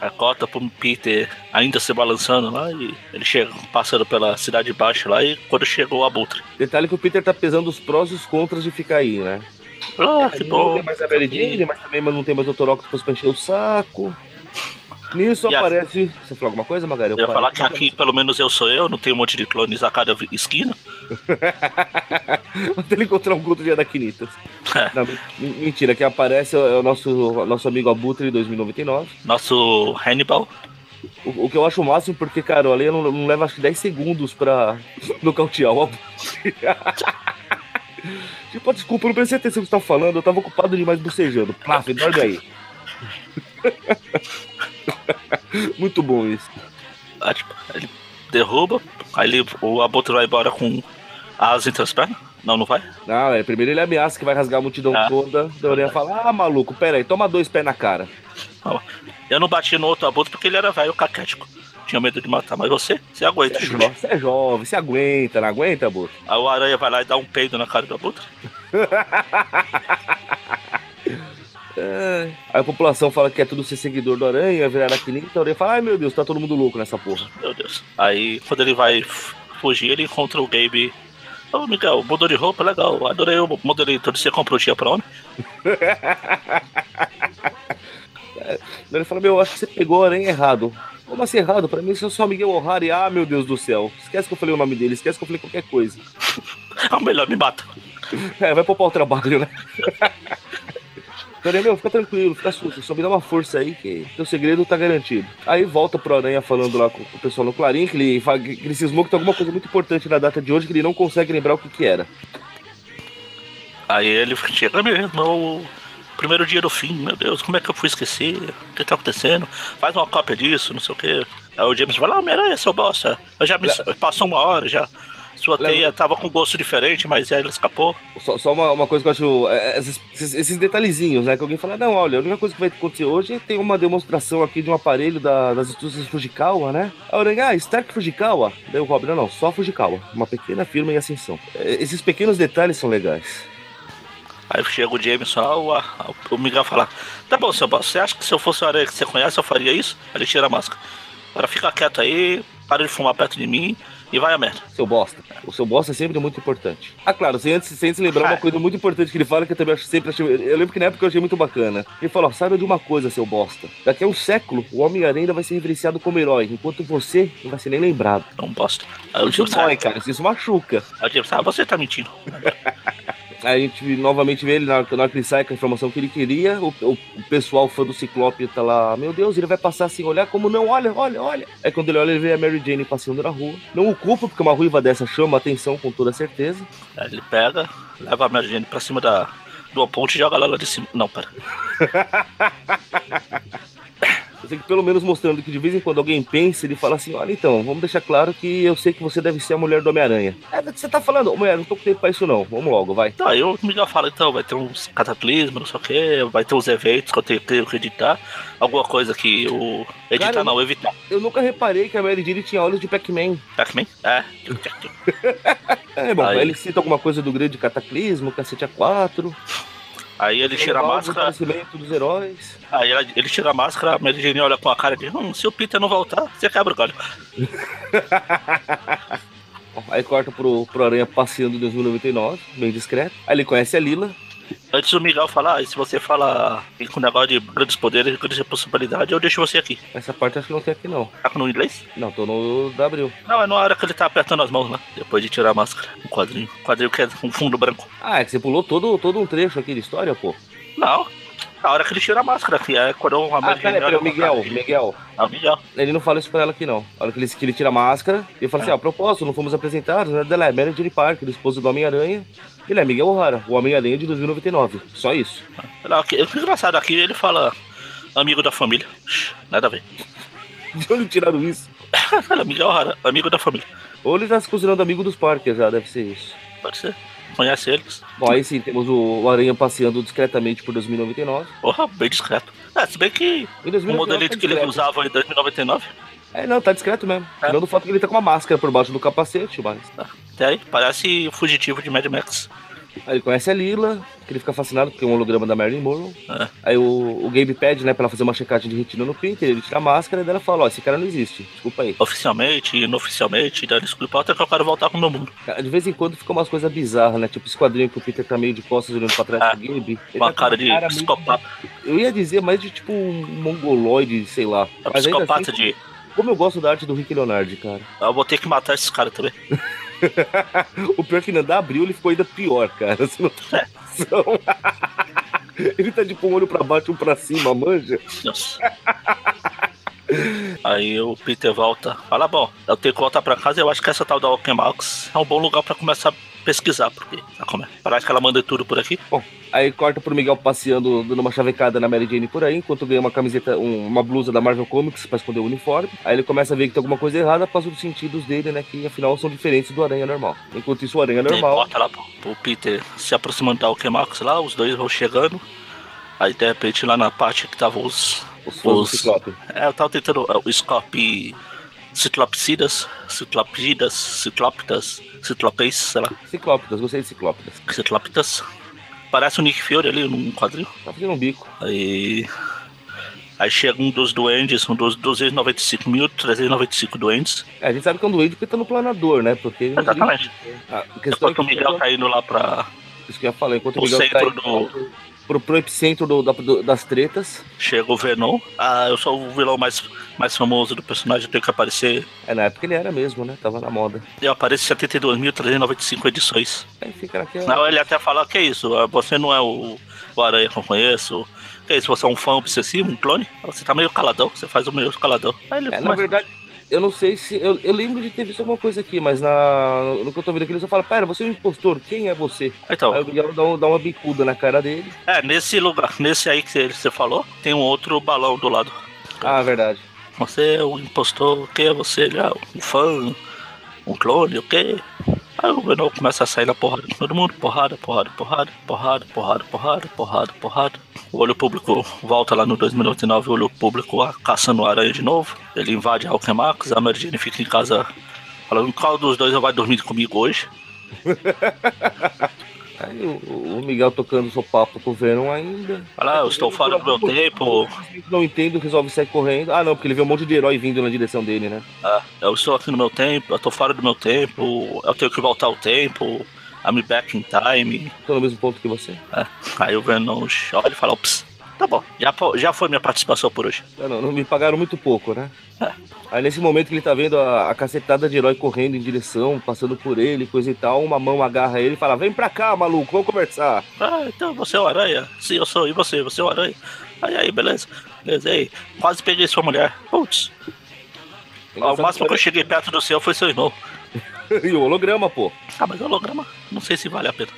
A cota pro Peter ainda se balançando lá e ele chega passando pela cidade baixa lá e quando chegou o Abutre. Detalhe que o Peter tá pesando os prós e os contras de ficar aí, né? Ah, que Não bom. tem mais a Mary Jane, mas também não tem mais o Toroctopus pra encher o saco. Nisso E a- aparece... Você falou alguma coisa, Magari? Eu ia falar parei. que aqui pelo menos eu sou eu, não tem um monte de clones a cada vi- esquina. Até ele encontrar um culto de Anaquinitas. Não, men- mentira, quem aparece é o nosso, nosso amigo Abutre 2099. Nosso Hannibal. O, o que eu acho o máximo, porque, cara, o Aleia não, não leva acho que 10 segundos pra nocautear o Abutre. tipo, desculpa, eu não prestei atenção no que você tá falando, eu tava ocupado demais bucejando. Plaf, dorme aí. Muito bom isso. Ah, tipo, ele derruba, aí ele- o Abutre vai embora com asas entre as pernas. Não, não vai? Não, é, primeiro ele ameaça que vai rasgar a multidão Ah. toda. Da orelha fala, ah, maluco, pera aí, toma dois pés na cara. Tá Eu não bati no outro abutre porque ele era velho caquético. Tinha medo de matar, mas você, você aguenta. Você é jovem, Você é jovem, você aguenta, não aguenta, Abutre? Aí o aranha vai lá e dá um peido na cara do abutre. É. Aí a população fala que é tudo ser seguidor do Aranha, virar Anakinita, a orelha fala, ai meu Deus, tá todo mundo louco nessa porra. Meu Deus. Aí quando ele vai f- fugir, ele encontra o Gabe. Ô Miguel, mudou de roupa, legal. Adorei o modelito. Você comprou dia pra homem? Daí Ele fala, meu, acho que você pegou o aranha errado. Como assim errado? Pra mim, isso é só Miguel O'Hara e, ah, meu Deus do céu. Esquece que eu falei o nome dele, esquece que eu falei qualquer coisa. Ah, melhor, me mata. É, vai poupar o trabalho, né? Então, ele, meu, fica tranquilo, fica susto, só me dá uma força aí que teu segredo tá garantido. Aí volta pro Aranha falando lá com o pessoal no Clarim, que ele, fa- que ele cismou que tem alguma coisa muito importante na data de hoje que ele não consegue lembrar o que que era. Aí ele chega, meu irmão, o primeiro dia do fim, meu Deus, como é que eu fui esquecer? O que tá acontecendo? Faz uma cópia disso, não sei o quê. Aí o James vai lá, Homem-Aranha, seu bosta. Eu já me passou uma hora, já. Sua Lembra- teia tava com gosto diferente, mas aí ela escapou. Só, só uma, uma coisa que eu acho. é, Esses, esses- esses detalhezinhos, né? Que alguém fala, não, olha, a única coisa que vai acontecer hoje é tem uma demonstração aqui de um aparelho da- das indústrias Fujikawa, né? A Aranha, ah, Stark Fujikawa. Daí o Robin, não, não, só Fujikawa. Uma pequena firma em ascensão. É, Esses pequenos detalhes são legais. Aí chega o Jameson, ah, o, a- o Miguel fala, tá bom, seu bosta, você acha que se eu fosse uma aranha que você conhece, eu faria isso? Aí ele tira a máscara. Agora fica quieto aí, para de fumar perto de mim E vai a merda. Seu bosta. O seu bosta é sempre muito importante. Ah, claro, sem antes, sem se lembrar uma coisa muito importante que ele fala, que eu também acho- sempre achei. Eu lembro que na época eu achei muito bacana. Ele fala: ó, saiba de uma coisa, seu bosta. Daqui a um século, o Homem-Aranha ainda vai ser reverenciado como herói, enquanto você não vai ser nem lembrado. Não É um bosta. Aí o Isso Jim sai. dói, Então, tipo, cara. Isso machuca. Aí o Jim sai, ah, você tá mentindo. Aí a gente novamente vê ele na hora, que- na hora que ele sai com a informação que ele queria. O, o- o pessoal fã do Ciclope tá lá, meu Deus, ele vai passar sem olhar, como não? Olha, olha, olha. Aí quando ele olha, ele vê a Mary Jane passeando na rua. Não o culpa, porque uma ruiva dessa chama a atenção com toda certeza. Aí ele pega, leva a Mary Jane pra cima da, do ponte e joga ela lá de cima. Não, pera. Eu sei que pelo menos mostrando que de vez em quando alguém pensa, ele fala assim: olha, então, vamos deixar claro que eu sei que você deve ser a mulher do Homem-Aranha. É, mas você tá falando, "Ô, mulher, não tô com tempo pra isso não. Vamos logo, vai. Então, aí o Miguel fala, então, vai ter uns cataclismos, não sei o quê, vai ter uns eventos que eu tenho que eu que editar, alguma coisa que o... Editar Cara, eu- não, evitar. Eu nunca reparei que a Mary Jane tinha olhos de Pac-Man. Pac-Man? É. É, bom, Aí. aí ele cita alguma coisa do grande cataclismo, cacete a quatro. Aí ele tira a Envolve É o máscara, aparecimento dos heróis. aí ela- ele tira a máscara, a Mary Jane olha com a cara de, hum, se o Peter não voltar, você quebra o galho. Aí corta pro, pro Aranha passeando em 2099, bem discreto. Aí ele conhece a Lila. Antes do Miguel falar, "Ah, se você fala com o negócio de grandes poderes e grandes responsabilidades, eu deixo você aqui. Essa parte acho que não tem aqui, não. Tá no inglês? Não, tô no da Abril. Não, é na hora que ele tá apertando as mãos lá, depois de tirar a máscara. Um quadrinho. Um quadrinho que é um fundo branco. Ah, é que você pulou todo, todo um trecho aqui de história, pô. Não, na hora que ele tira a máscara, que é quando a Ah, Mary Jane olha peraí, peraí, com a cara Miguel, de- Miguel. Ah, Miguel. Ele não fala isso pra ela aqui, não. A hora que ele, que ele tira a máscara, ele fala assim, ah, a propósito, não fomos apresentados, né? Ela é Mary Jane Parker, esposa do Homem-Aranha. Ele é Miguel O'Hara, o Homem-Aranha de 2099. Só isso. Olha lá, que- O que é engraçado aqui, ele fala amigo da família. Nada a ver. De onde tiraram isso? Olha, Miguel Rara, amigo da família. Ou ele tá se considerando amigo dos Parker já, deve ser isso. Pode ser. Conhece eles. Bom, aí sim, temos o o Aranha passeando discretamente por 2099. Porra, bem discreto. É, se bem que Em o 2099 modelito tá que ele discreto. usava em 2099, É, não, tá discreto mesmo. É. Tirando o fato que ele tá com uma máscara por baixo do capacete, mas... até aí, parece fugitivo de Mad Max. Aí ele conhece a Lila, que ele fica fascinado porque é um holograma da Marilyn Monroe. É. Aí o, o Gabe pede, né, pra ela fazer uma checagem de retina no Peter, ele tira a máscara e dela fala, ó, esse cara não existe, desculpa aí. Oficialmente, inoficialmente, dando desculpa, até que eu quero voltar com o meu mundo. Cara, De vez em quando fica umas coisas bizarras, né, tipo esse quadrinho que o Peter tá meio de costas olhando pra trás Ah, do Gabe. Ele tá Uma com cara de meio- psicopata, Eu ia dizer mais de tipo um mongoloide, sei lá. Mas ainda É psicopata assim, de. como eu gosto da arte do Rick Leonardi, cara. Eu vou ter que matar esses caras também. O pior é que não dá abriu, ele ficou ainda pior, cara. Você não tá noção. Ele tá tipo um olho pra baixo e um pra cima, manja. Nossa. Aí o Peter volta. Fala, bom, eu tenho que voltar pra casa. Eu acho que essa tal da Okemax é um bom lugar pra começar a pesquisar, porque tá como é? parece que ela manda tudo por aqui. Aí corta pro Miguel passeando, dando uma chavecada na Mary Jane por aí, enquanto ganha uma camiseta, um- uma blusa da Marvel Comics pra esconder o uniforme. Aí ele começa a ver que tem alguma coisa errada, passa dos sentidos dele, né? Que afinal são diferentes do Aranha Normal. Enquanto isso, o Aranha Ele Normal. Corta lá pro, pro Peter se aproximando da Okemax lá, os dois vão chegando. Aí de repente lá na parte que tava os. Os fãs do Os- Ciclope. É, eu tava tentando. é, O Scope. Ciclopsidas, ciclopidas, ciclópitas, ciclopês, sei lá, Ciclópidas, gostei de Ciclópidas. ciclópitas. tá Parece o Nick Fury ali num quadril. Tá fazendo um bico. Aí. Aí chega um dos duendes, um dos 295.395 duendes. É, a gente sabe que é um doente porque tá no planador, né? Porque ele não Exatamente. A questão é Depois que o Miguel tá indo lá pra. Isso que eu ia falar, enquanto o Pro Miguel centro tá do- pro, pro, pro epicentro do- da- do- das tretas. Chega o Venom. Ah, eu sou o vilão mais, mais famoso do personagem, eu tenho que aparecer. É, na época ele era mesmo, né? Tava na moda. Eu apareço em 72.395 edições. Aí fica naquela. Não, ele até fala: Que isso? ah, Você não é o, o Aranha que eu conheço? Que isso? Você é um fã obsessivo, um clone? Você tá meio caladão, você faz o meio caladão. Aí ele É, na começa- verdade, eu não sei se. Eu, eu lembro de ter visto alguma coisa aqui, mas na, no que eu tô vendo aqui, ele só fala: Pera, você é um impostor, quem é você? Então, Aí o Miguel dá, um- dá uma bicuda na cara dele. é, nesse lugar, nesse aí que você falou, tem um outro balão do lado. Ah, verdade. Você é um impostor, o que? Você ele é um fã, um clone, o que? Aí o Venom começa a sair na porrada com todo mundo, porrada, porrada, porrada, porrada, porrada, porrada, porrada, porrada. O olho público volta lá no 2099, o olho público ah, caçando a aranha de novo. Ele invade a Alquemax, a Mary Jane fica em casa falando qual dos dois vai dormir comigo hoje. Aí o, o Miguel tocando seu papo com o Venom ainda. Fala, "Ah, eu estou fora do meu tempo. Não entendo, resolve sair correndo. Ah, não, porque ele vê um monte de herói vindo na direção dele, né? Ah, eu estou aqui no meu tempo, eu estou fora do meu tempo, eu tenho que voltar ao tempo. I'm back in time. Ah, Tô no mesmo ponto que você. Aí o Venom olha e fala, ops, tá bom, já, fo- já foi minha participação por hoje. Ah, não, não me pagaram muito pouco, né? Aí nesse momento que ele tá vendo a, a cacetada de herói correndo em direção, passando por ele, coisa e tal, uma mão agarra ele e fala: Vem pra cá, maluco, vamos conversar. Ah, então você é o aranha? Sim, eu sou. E você? Você é o aranha? Aí, aí, beleza. Beleza, aí. Quase peguei sua mulher. Putz, Ah, o máximo que eu cheguei perto do céu foi seu irmão. E o holograma, pô. Ah, mas holograma, não sei se vale a pena.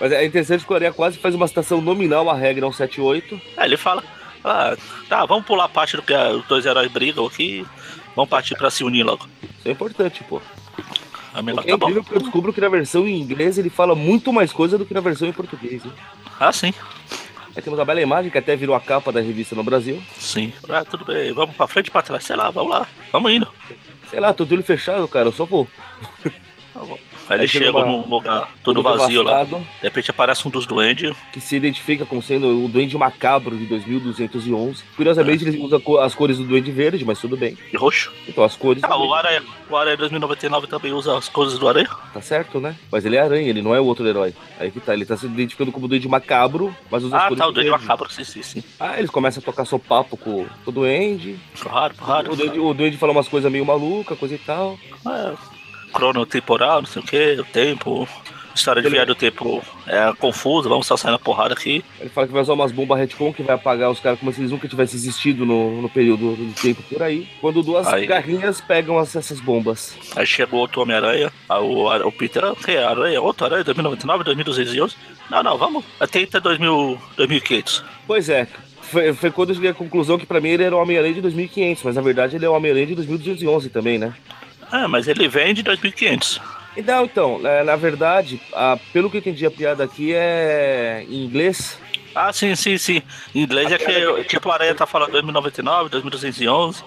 Mas é interessante que o Aranha quase faz uma citação nominal à regra 178. Aí ele fala, ah, tá, vamos pular a parte do que a- os dois heróis brigam aqui. Vamos partir pra se unir logo. Isso é importante, pô. Aí melhor, é tá bom. incrível porque eu descubro que na versão em inglês ele fala muito mais coisa do que na versão em português. Hein? Ah, sim. Aí temos a bela imagem que até virou a capa da revista no Brasil. Sim. Ah, tudo bem. Vamos pra frente e pra trás. Sei lá, vamos lá. Vamos indo. Sei lá, tô de olho fechado, cara, eu só vou. Tá bom. Aí ele Aí chega chega uma- num lugar todo vazio lá. devastado, De repente aparece um dos duendes. Que se identifica como sendo o Duende Macabro de 2211. Curiosamente, ele usa co- as cores do Duende Verde, mas tudo bem. E roxo. Então, as cores. Ah, o também, Aranha, o Aranha 2099 também usa as coisas do Aranha. Tá certo, né? Mas ele é aranha, ele não é o outro herói. Aí que tá, ele tá se identificando como Duende Macabro, mas usa as Ah, cores tá, o do Duende Duende. Macabro, sim, sim, sim. Ah, eles começam a tocar sopapo com com o Duende. Porrada, porrada. O Duende, o Duende fala umas coisas meio maluca, coisa e tal. É, cronotemporal, não sei o que, o tempo. História de viagem do tempo é confusa, vamos só sair na porrada aqui. Ele fala que vai usar umas bombas retcon que vai apagar os caras como se eles nunca tivessem existido no, no período de tempo por aí. Quando duas Aí. garrinhas pegam as- essas bombas. Aí chegou outro Homem-Aranha, aí o, Ar- o Peter, "Ah, o que? Aranha, outro Aranha, 2099, 2211. Não, não, vamos. Até até 2000, 2500. Pois é, foi, foi quando eu cheguei à conclusão que pra mim ele era o Homem-Aranha de 2500, mas na verdade ele é o Homem-Aranha de 2211 também, né? Ah, mas ele vem de 2500. Então, então, é, na verdade, a- pelo que eu entendi a piada aqui é em inglês, Ah, sim, sim, sim. Em inglês é que, tipo, o Aranha tá falando 2099, 2211.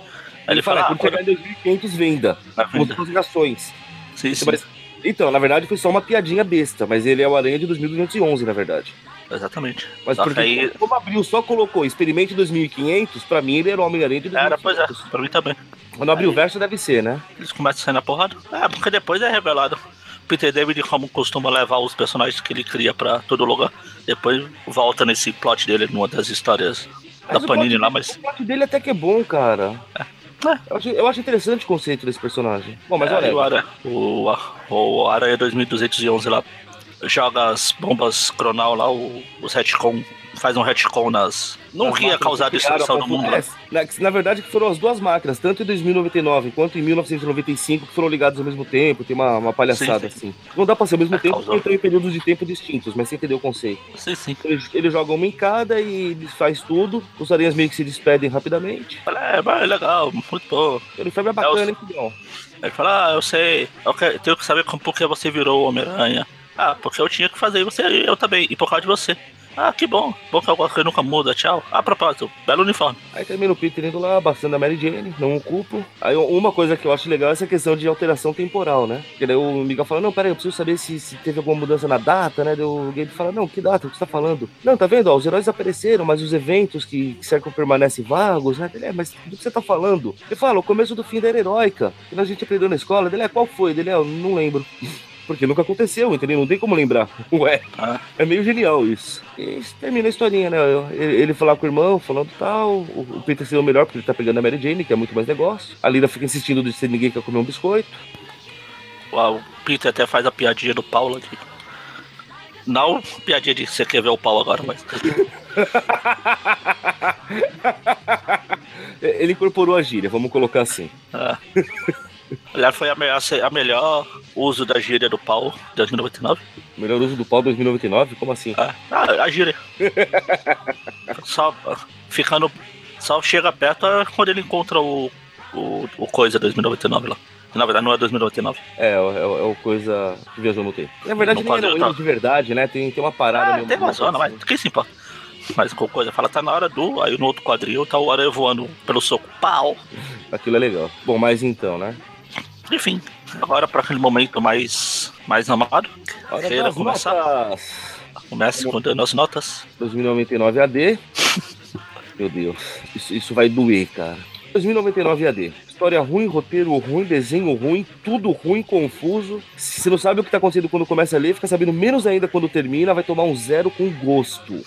Aí ele fala, "Ah, quando chegar em 2500 venda, ah, muda as ações. sim, sim, Mas- então, na verdade foi só uma piadinha besta, mas ele é o Aranha de 2211, na verdade. exatamente. Mas Só que porque aí- como abriu só colocou experimente 2500, pra mim ele era o Homem-Aranha de Era, pois é, 2500. pra mim também. Quando abriu o verso deve ser, né? Eles começam a sair na porrada. É, porque depois é revelado. Peter David, como costuma levar os personagens que ele cria pra todo lugar, depois volta nesse plot dele numa das histórias da Mas o Panini plot lá, dele- mas. O plot dele até que é bom, cara. Eu acho, eu acho interessante o conceito desse personagem. Bom, mas é, olha. o, Ara, o, a- o é Aranha 2211 lá joga as bombas cronal lá, o, os retcon, faz um retcon nas. Não as que ia máquinas causar a criaram destruição a do mundo. bomba- É, Na, na verdade, que foram as duas máquinas, tanto em 2099 quanto em 1995, que foram ligadas ao mesmo tempo. Tem uma, uma palhaçada Sim, assim. Não dá pra ser ao mesmo É, tempo, causou. porque tem períodos de tempo distintos, mas você entendeu o conceito. Sim, sim. Ele, ele joga uma em cada e desfaz tudo. Os aranhas meio que se despedem rapidamente. Fala, É, mas é legal, muito bom. Ele febre é É, os- bacana, hein, filhão? Ele fala, ah, eu sei, eu quero- tenho que saber como por que você virou o Homem-Aranha. Ah, porque eu tinha que fazer e você, eu também, e por causa de você. Ah, que bom, bom que alguma coisa nunca muda, tchau. Ah, A propósito, belo uniforme. Aí termina o Peter indo lá, abraçando a Mary Jane, não o culpo. Aí uma coisa que eu acho legal é essa questão de alteração temporal, né? Porque daí o Miguel fala, não, peraí, eu preciso saber se, se teve alguma mudança na data, né? Daí o Gabe fala, não, que data? O que você tá falando? Não, tá vendo? Ó, os heróis apareceram, mas os eventos que cercam permanecem vagos, né? Ele, é, mas do que você tá falando? Ele fala, o começo do fim da era heróica. E a gente aprendeu na escola, dele é, qual foi? Dele é, eu não lembro. Porque nunca aconteceu, entendeu? Não tem como lembrar. Ué. Ah, É meio genial isso. E isso termina a historinha, né? Ele, ele falar com o irmão, falando tal. O, o Peter seria o melhor porque ele tá pegando a Mary Jane, que é muito mais negócio. A Lina fica insistindo de ser ninguém quer comer um biscoito. uau, o Peter até faz a piadinha do Paulo aqui. Não piadinha de você quer ver o pau agora, mas. É, Ele incorporou a gíria, vamos colocar assim. Ah. É. Aliás, foi a melhor, a melhor uso da gíria do pau de 2099. Melhor uso do pau 2099? Como assim? Ah, ah, a gíria. só ficando. Só chega perto é quando ele encontra o, o, o Coisa 2099 lá. Na verdade, não é 2099. É, é, o- é, o- é o coisa que viajou no tempo. Na Não verdade, não, nem pode era um entrar. de verdade, né? Tem, tem uma parada assim. Ah, mesmo. tem uma zona, mas quem se importa? Mas com coisa fala, tá na hora do. Aí no outro quadril tá o Aranha voando pelo soco. Pau! Aquilo é legal. Bom, mas então, né? Enfim, agora para aquele momento mais, mais amado. Hora Queira das começar? notas. Comece com dando as notas. 2099 AD. Meu Deus, isso, isso vai doer, cara. 2099 AD. História ruim, roteiro ruim, desenho ruim, tudo ruim, confuso. Se você não sabe o que tá acontecendo quando começa a ler, fica sabendo menos ainda quando termina, vai tomar um zero com gosto.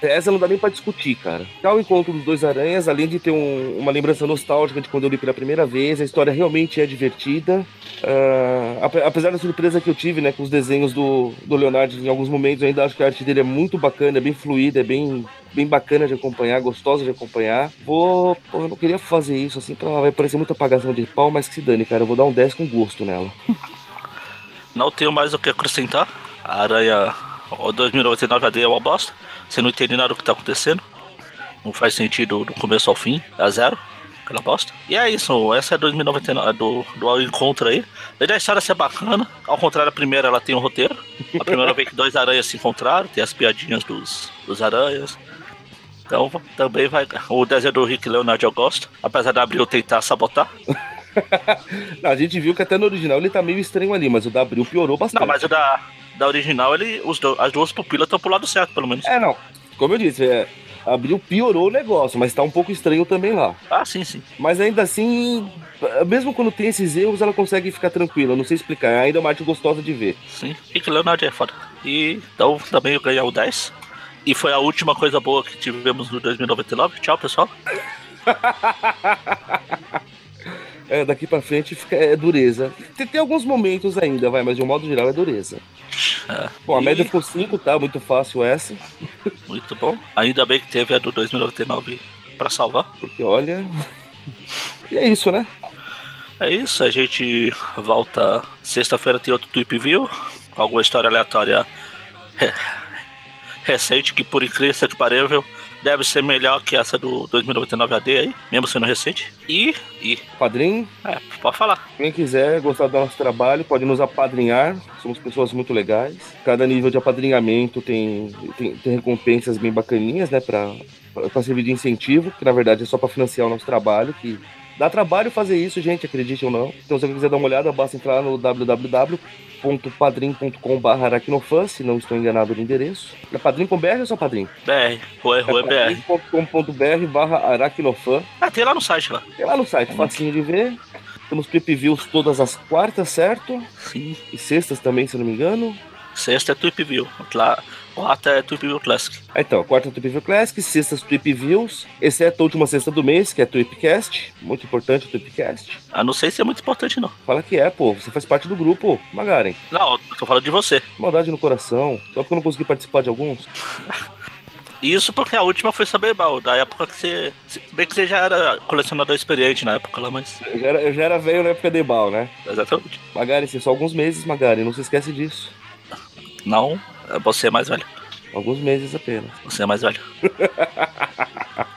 Essa não dá nem pra discutir, cara. Tal encontro dos dois aranhas, além de ter um- uma lembrança nostálgica de quando eu li pela primeira vez, a história realmente é divertida. Ah, ape- apesar da surpresa que eu tive, né, com os desenhos do, do Leonardo em alguns momentos, eu ainda acho que a arte dele é muito bacana, é bem fluida, é bem, bem bacana de acompanhar, gostosa de acompanhar. Vou. pô, eu não queria fazer isso assim, pra, vai parecer muita apagação de pau, mas que se dane, cara. Eu vou dar um 10 com gosto nela. Não tenho mais o que acrescentar. A Aranha o 2099 AD é uma bosta. Você não entende nada do que tá acontecendo. Não faz sentido do começo ao fim. É zero. Aquela bosta. E é isso. Essa é 2099 é do, do Ao encontro aí. Desde a história ser bacana. Ao contrário da primeira, ela tem um roteiro. A primeira vez que dois aranhas se encontraram. Tem as piadinhas dos, dos aranhas. Então também vai. O desenho do Rick Leonard eu gosto. Apesar da Abril tentar sabotar. Não, a gente viu que até no original ele tá meio estranho ali, mas o da Abril piorou bastante. Não, mas o da, da original, ele, os do- as duas pupilas estão pro lado certo, pelo menos. É, não. Como eu disse, é, a Abril piorou o negócio, mas tá um pouco estranho também lá. Ah, sim, sim. Mas ainda assim, mesmo quando tem esses erros, ela consegue ficar tranquila. eu Não sei explicar. Ainda é uma arte gostosa de ver. Sim. Rick Leonard é foda. E então também eu ganhei o 10. E foi a última coisa boa que tivemos no 2099. Tchau, pessoal. É, daqui pra frente fica, é dureza. Tem, tem alguns momentos ainda, vai, mas de um modo geral é dureza. É. Bom, a E- média ficou 5, tá? Muito fácil essa. Muito bom. Ainda bem que teve a do 2099 pra salvar. Porque olha. E é isso, né? É isso, a gente volta. Sexta-feira tem outro Tweep View. Alguma história aleatória recente que, por incrível que pareça, deve ser melhor que essa do 2099 AD aí, mesmo sendo recente. E. e Padrinho, é, pode falar. quem quiser gostar do nosso trabalho, pode nos apadrinhar. Somos pessoas muito legais. Cada nível de apadrinhamento tem, tem, tem recompensas bem bacaninhas, né? Pra, pra- pra servir de incentivo, que na verdade é só pra financiar o nosso trabalho, que dá trabalho fazer isso, gente, acredite ou não. Então, se você quiser dar uma olhada, basta entrar no www.padrim.com.br aracnofan, se não estou enganado no endereço. É padrim.br ou só padrim? É BR, Rua, Rua BR. padrim.com.br barra aracnofan. Ah, tem lá no site lá. Tem lá no site, facinho de ver. Temos Trip Views todas as quartas, certo? Sim. E sextas também, se eu não me engano. Sexta é Tweep View. Lá, quarta é Tweep View Classic. Ah, Então, quarta Trip View Classic, sextas Trip Views, exceto a última sexta do mês, que é Tripcast. Muito importante o Tripcast. Ah, não sei se é muito importante, não. Fala que é, pô. Você faz parte do grupo, Magaren. Não, eu tô falando de você. Maldade no coração. Só porque eu não consegui participar de alguns. Isso porque a última foi saber mal, da época que você. se Bem que você já era colecionador experiente na época lá, mas. Eu já era, eu já era velho na época de Bal, né? Exatamente. Magaren, sim, só alguns meses, Magaren. Não se esquece disso. Não, é você é mais velho. Alguns meses apenas. Você é mais velho.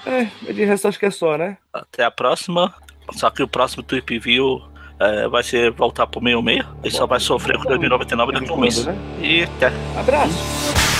É, mas de resto acho que é só, né? Até a próxima. Só que o próximo Tweep View é, vai ser voltar pro meio-meio. Ele só vai sofrer com 2099 daqui a um mês. Né? E até. Abraço!